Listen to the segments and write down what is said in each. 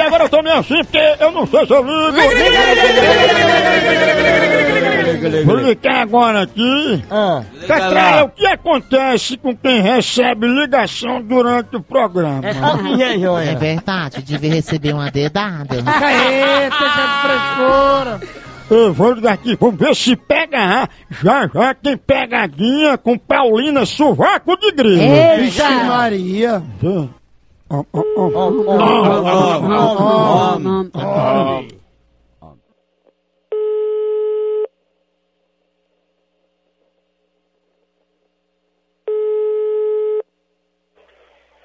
agora eu tô meio assim porque eu não sei se eu ligo. Vou ligar agora aqui. Ah. Petralha, o que acontece com quem recebe ligação durante o programa? É verdade, devia receber uma dedada. Eita, tá de frescura. Eu vou ligar aqui, vamos ver se pega. ah, Já já tem pegadinha com Paulina Sovaco de Grilo. Vixe Maria. Ó, ó, ó.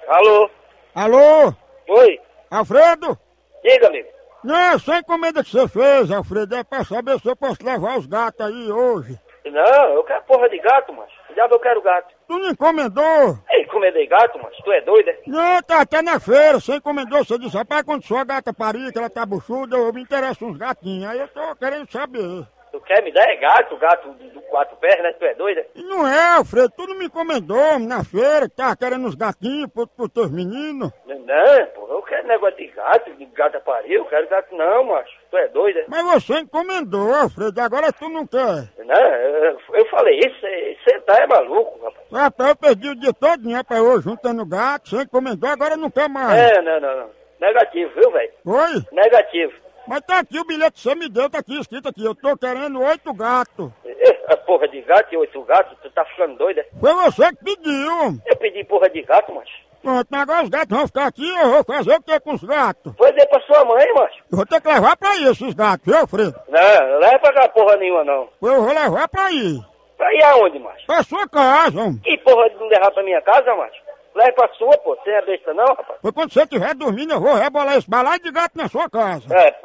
Alô? Alô? Oi? Alfredo? Diga, amigo. Não, só encomenda que você fez, Alfredo. É pra saber se eu posso levar os gatos aí hoje. Não, eu quero porra de gato, macho. Diabo, eu quero gato. Tu não encomendou? Ei, encomendei gato, macho. Tu é doido, é? Não, tá até na feira. Você encomendou, você disse, rapaz, quando sua gata parir, que ela tá buchuda, eu me interesso uns gatinhos. Aí eu tô querendo saber. Tu quer me dar é gato, gato do do quatro pés, né? Tu é doido, é? E não é, Alfredo, tu não me encomendou na feira, tá querendo uns gatinhos pro, pros teus meninos. Não, porra, eu quero negócio de gato, de gato a pariu, eu quero gato não, macho. Tu é doido, é? Mas você encomendou, Alfredo, agora tu não quer. Não, eu, eu falei isso, você tá é maluco, rapaz. Rapaz, eu perdi o dia todo, rapaz, eu juntando gato, você encomendou, agora não quer mais. É, não, não, não. Negativo, viu, velho? Oi? Negativo. Mas tá aqui o bilhete que você me deu, tá aqui escrito aqui, eu tô querendo oito gatos. Eh, A porra de gato e oito gatos, tu tá ficando doido, é? Foi você que pediu. Eu pedi porra de gato, macho. Pronto, agora os gatos vão ficar aqui, eu vou fazer o que com os gatos? Foi dizer pra sua mãe, macho. Eu vou ter que levar pra aí esses gatos, viu, Fredo? Não, não leva pra cá porra nenhuma, não. Eu vou levar pra aí. Pra ir aonde, macho? Pra sua casa, homem. Que porra de não levar pra minha casa, macho? Leva pra sua, pô. Você é besta não, rapaz? Pois quando você estiver dormindo, eu vou rebolar esse balai de gato na sua casa. É, p...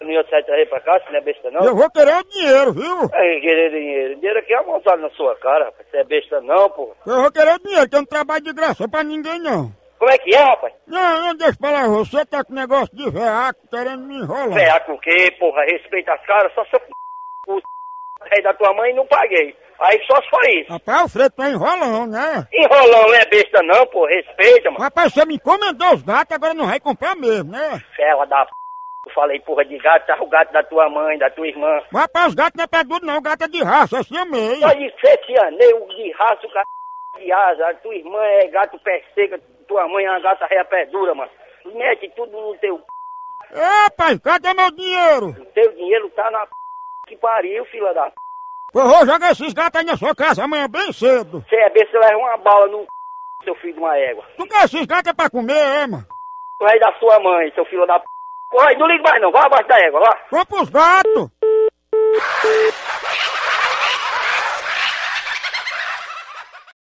Não ia sair daí pra cá, você não é besta E Eu não? vou querer o dinheiro, viu? Aí, querer dinheiro. Dinheiro aqui é amontado na sua cara, rapaz. Você é besta não, pô. Eu vou querer o dinheiro, que eu não trabalho de graça pra ninguém, não. Como é que é, rapaz? Não, não deixa pra lá, você tá com negócio de veaco querendo me enrolar. Ferrar com o quê, porra? Respeita as caras, só seu p... O c... rei da tua mãe não paguei. Aí só se foi isso. Rapaz, o Fredo tá enrolando, né? Enrolão não é besta não, pô. Respeita, mano. Rapaz, você me encomendou os gatos, agora não vai comprar mesmo, né? Ferra da p... Eu falei, porra de gato, tá o gato da tua mãe, da tua irmã. Rapaz, os gatos não é pedudo não, gato é de raça, assim eu meio. Só de ser tianeiro, de raça, o cara de asa. A tua irmã é gato pé seca, tua mãe é uma gata réia pé dura, mano. Mete tudo no teu p... É, rapaz, cadê meu dinheiro? O teu dinheiro tá na p... que pariu, fila da p... Pô, eu vou jogar esses gatos aí na sua casa amanhã bem cedo. Você é besta, você leva uma bala no p... seu filho de uma égua. Tu quer esses gatos é pra comer, é, mano? Tu é da sua mãe, seu filho da p... Corre, não liga mais não, vai abaixo da égua, lá. Compra os gatos.